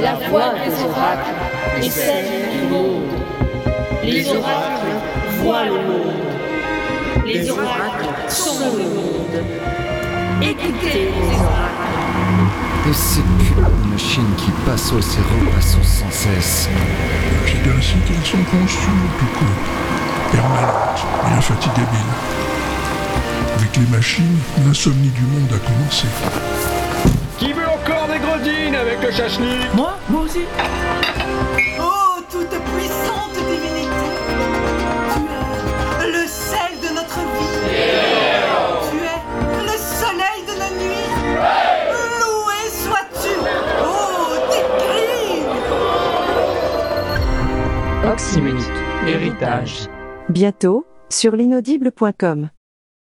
la foi des oracles est celle du monde. Les oracles voient le monde. Les oracles sont le monde. Écoutez les oracles. Et ces putains de machines qui passent au cerveau passent sans cesse. Puis d'un site, ils sont conçus tout court, permanentes et infatigables. Avec les machines, l'insomnie du monde a commencé. Qui veut encore des gredines avec le chachni Moi Moi aussi Oh, toute puissante divinité Tu es le sel de notre vie yeah Tu es le soleil de nos nuits ouais Loué sois-tu Oh, tes Oxymonique, héritage. Bientôt, sur l'inaudible.com.